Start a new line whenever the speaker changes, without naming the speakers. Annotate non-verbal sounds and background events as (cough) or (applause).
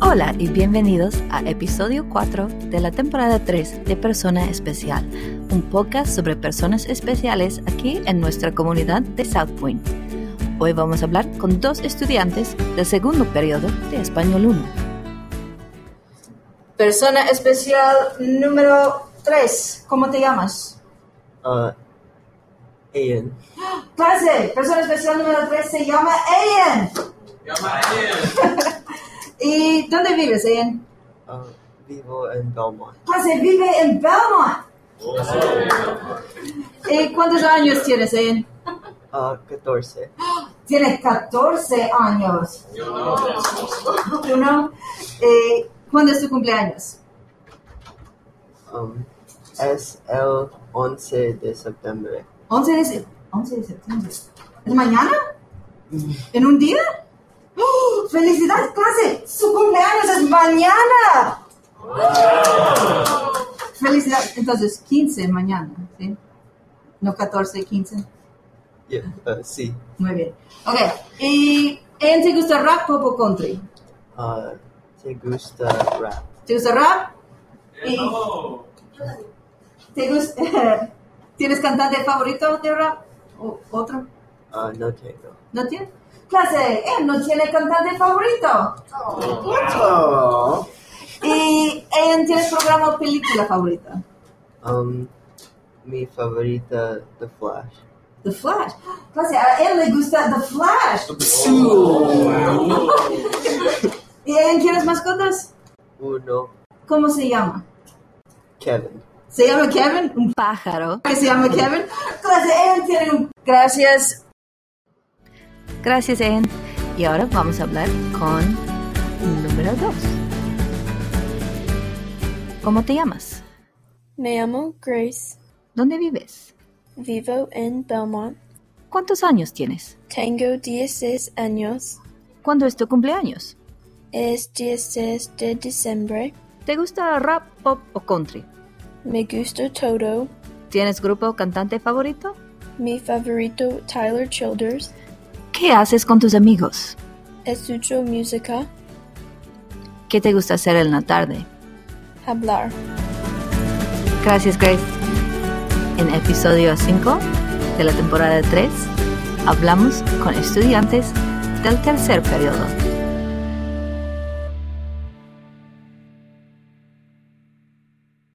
Hola y bienvenidos a episodio 4 de la temporada 3 de Persona Especial, un podcast sobre personas especiales aquí en nuestra comunidad de South Point. Hoy vamos a hablar con dos estudiantes del segundo periodo de Español 1.
Persona especial número 3, ¿cómo te llamas?
Uh, Ian.
Clase, persona especial número 3 se llama Ian. (laughs) ¿Y dónde vives, Ian?
Uh, vivo en Belmont.
Clase, vive en Belmont. ¿Y cuántos años tienes, Ian?
Uh, 14.
Tienes 14 años. Yo no. Eh, ¿Cuándo es tu cumpleaños?
Um, es el 11 de septiembre.
11 de, se- 11 de septiembre. ¿Es mañana? ¿En un día? ¡Oh! ¡Felicidades, clase! ¡Su cumpleaños es mañana! Felicidades. Entonces, 15 mañana, ¿sí? No 14, 15.
Yeah, uh, sí.
Muy bien. Ok. ¿Y en te gusta rap, pop o country?
Uh, ¿Te gusta rap?
¿Te gusta rap? Y- ¿Te gusta? (laughs) ¿Tienes cantante favorito de rap? ¿O otro?
Uh, no tengo.
¿No tiene? Clase, él no tiene cantante favorito.
Oh.
¿Y él tiene programa o película favorita?
Um, mi favorita, The Flash.
The Flash. Clase, a él le gusta The Flash. (laughs) ¿Y él quieres mascotas?
Uno,
¿Cómo se llama?
Kevin.
¿Se llama Kevin? ¿Un
Pájaro.
p- que se llama Kevin? Clase, él tiene un... Gracias.
Gracias, Ian. Y ahora vamos a hablar con número 2. ¿Cómo te llamas?
Me llamo Grace,
¿Dónde vives?
vivo en Belmont,
¿Cuántos años tienes?
tengo 16 años,
¿Cuándo es tu cumpleaños?
es 16 de diciembre,
¿Te gusta rap, pop o country?
me gusta todo,
¿Tienes grupo o cantante favorito?
mi favorito Tyler Childers,
¿Qué haces con tus amigos?
escucho música,
¿Qué te gusta hacer en la tarde?
hablar.
Gracias, Grace. En episodio 5 de la temporada 3, hablamos con estudiantes del tercer periodo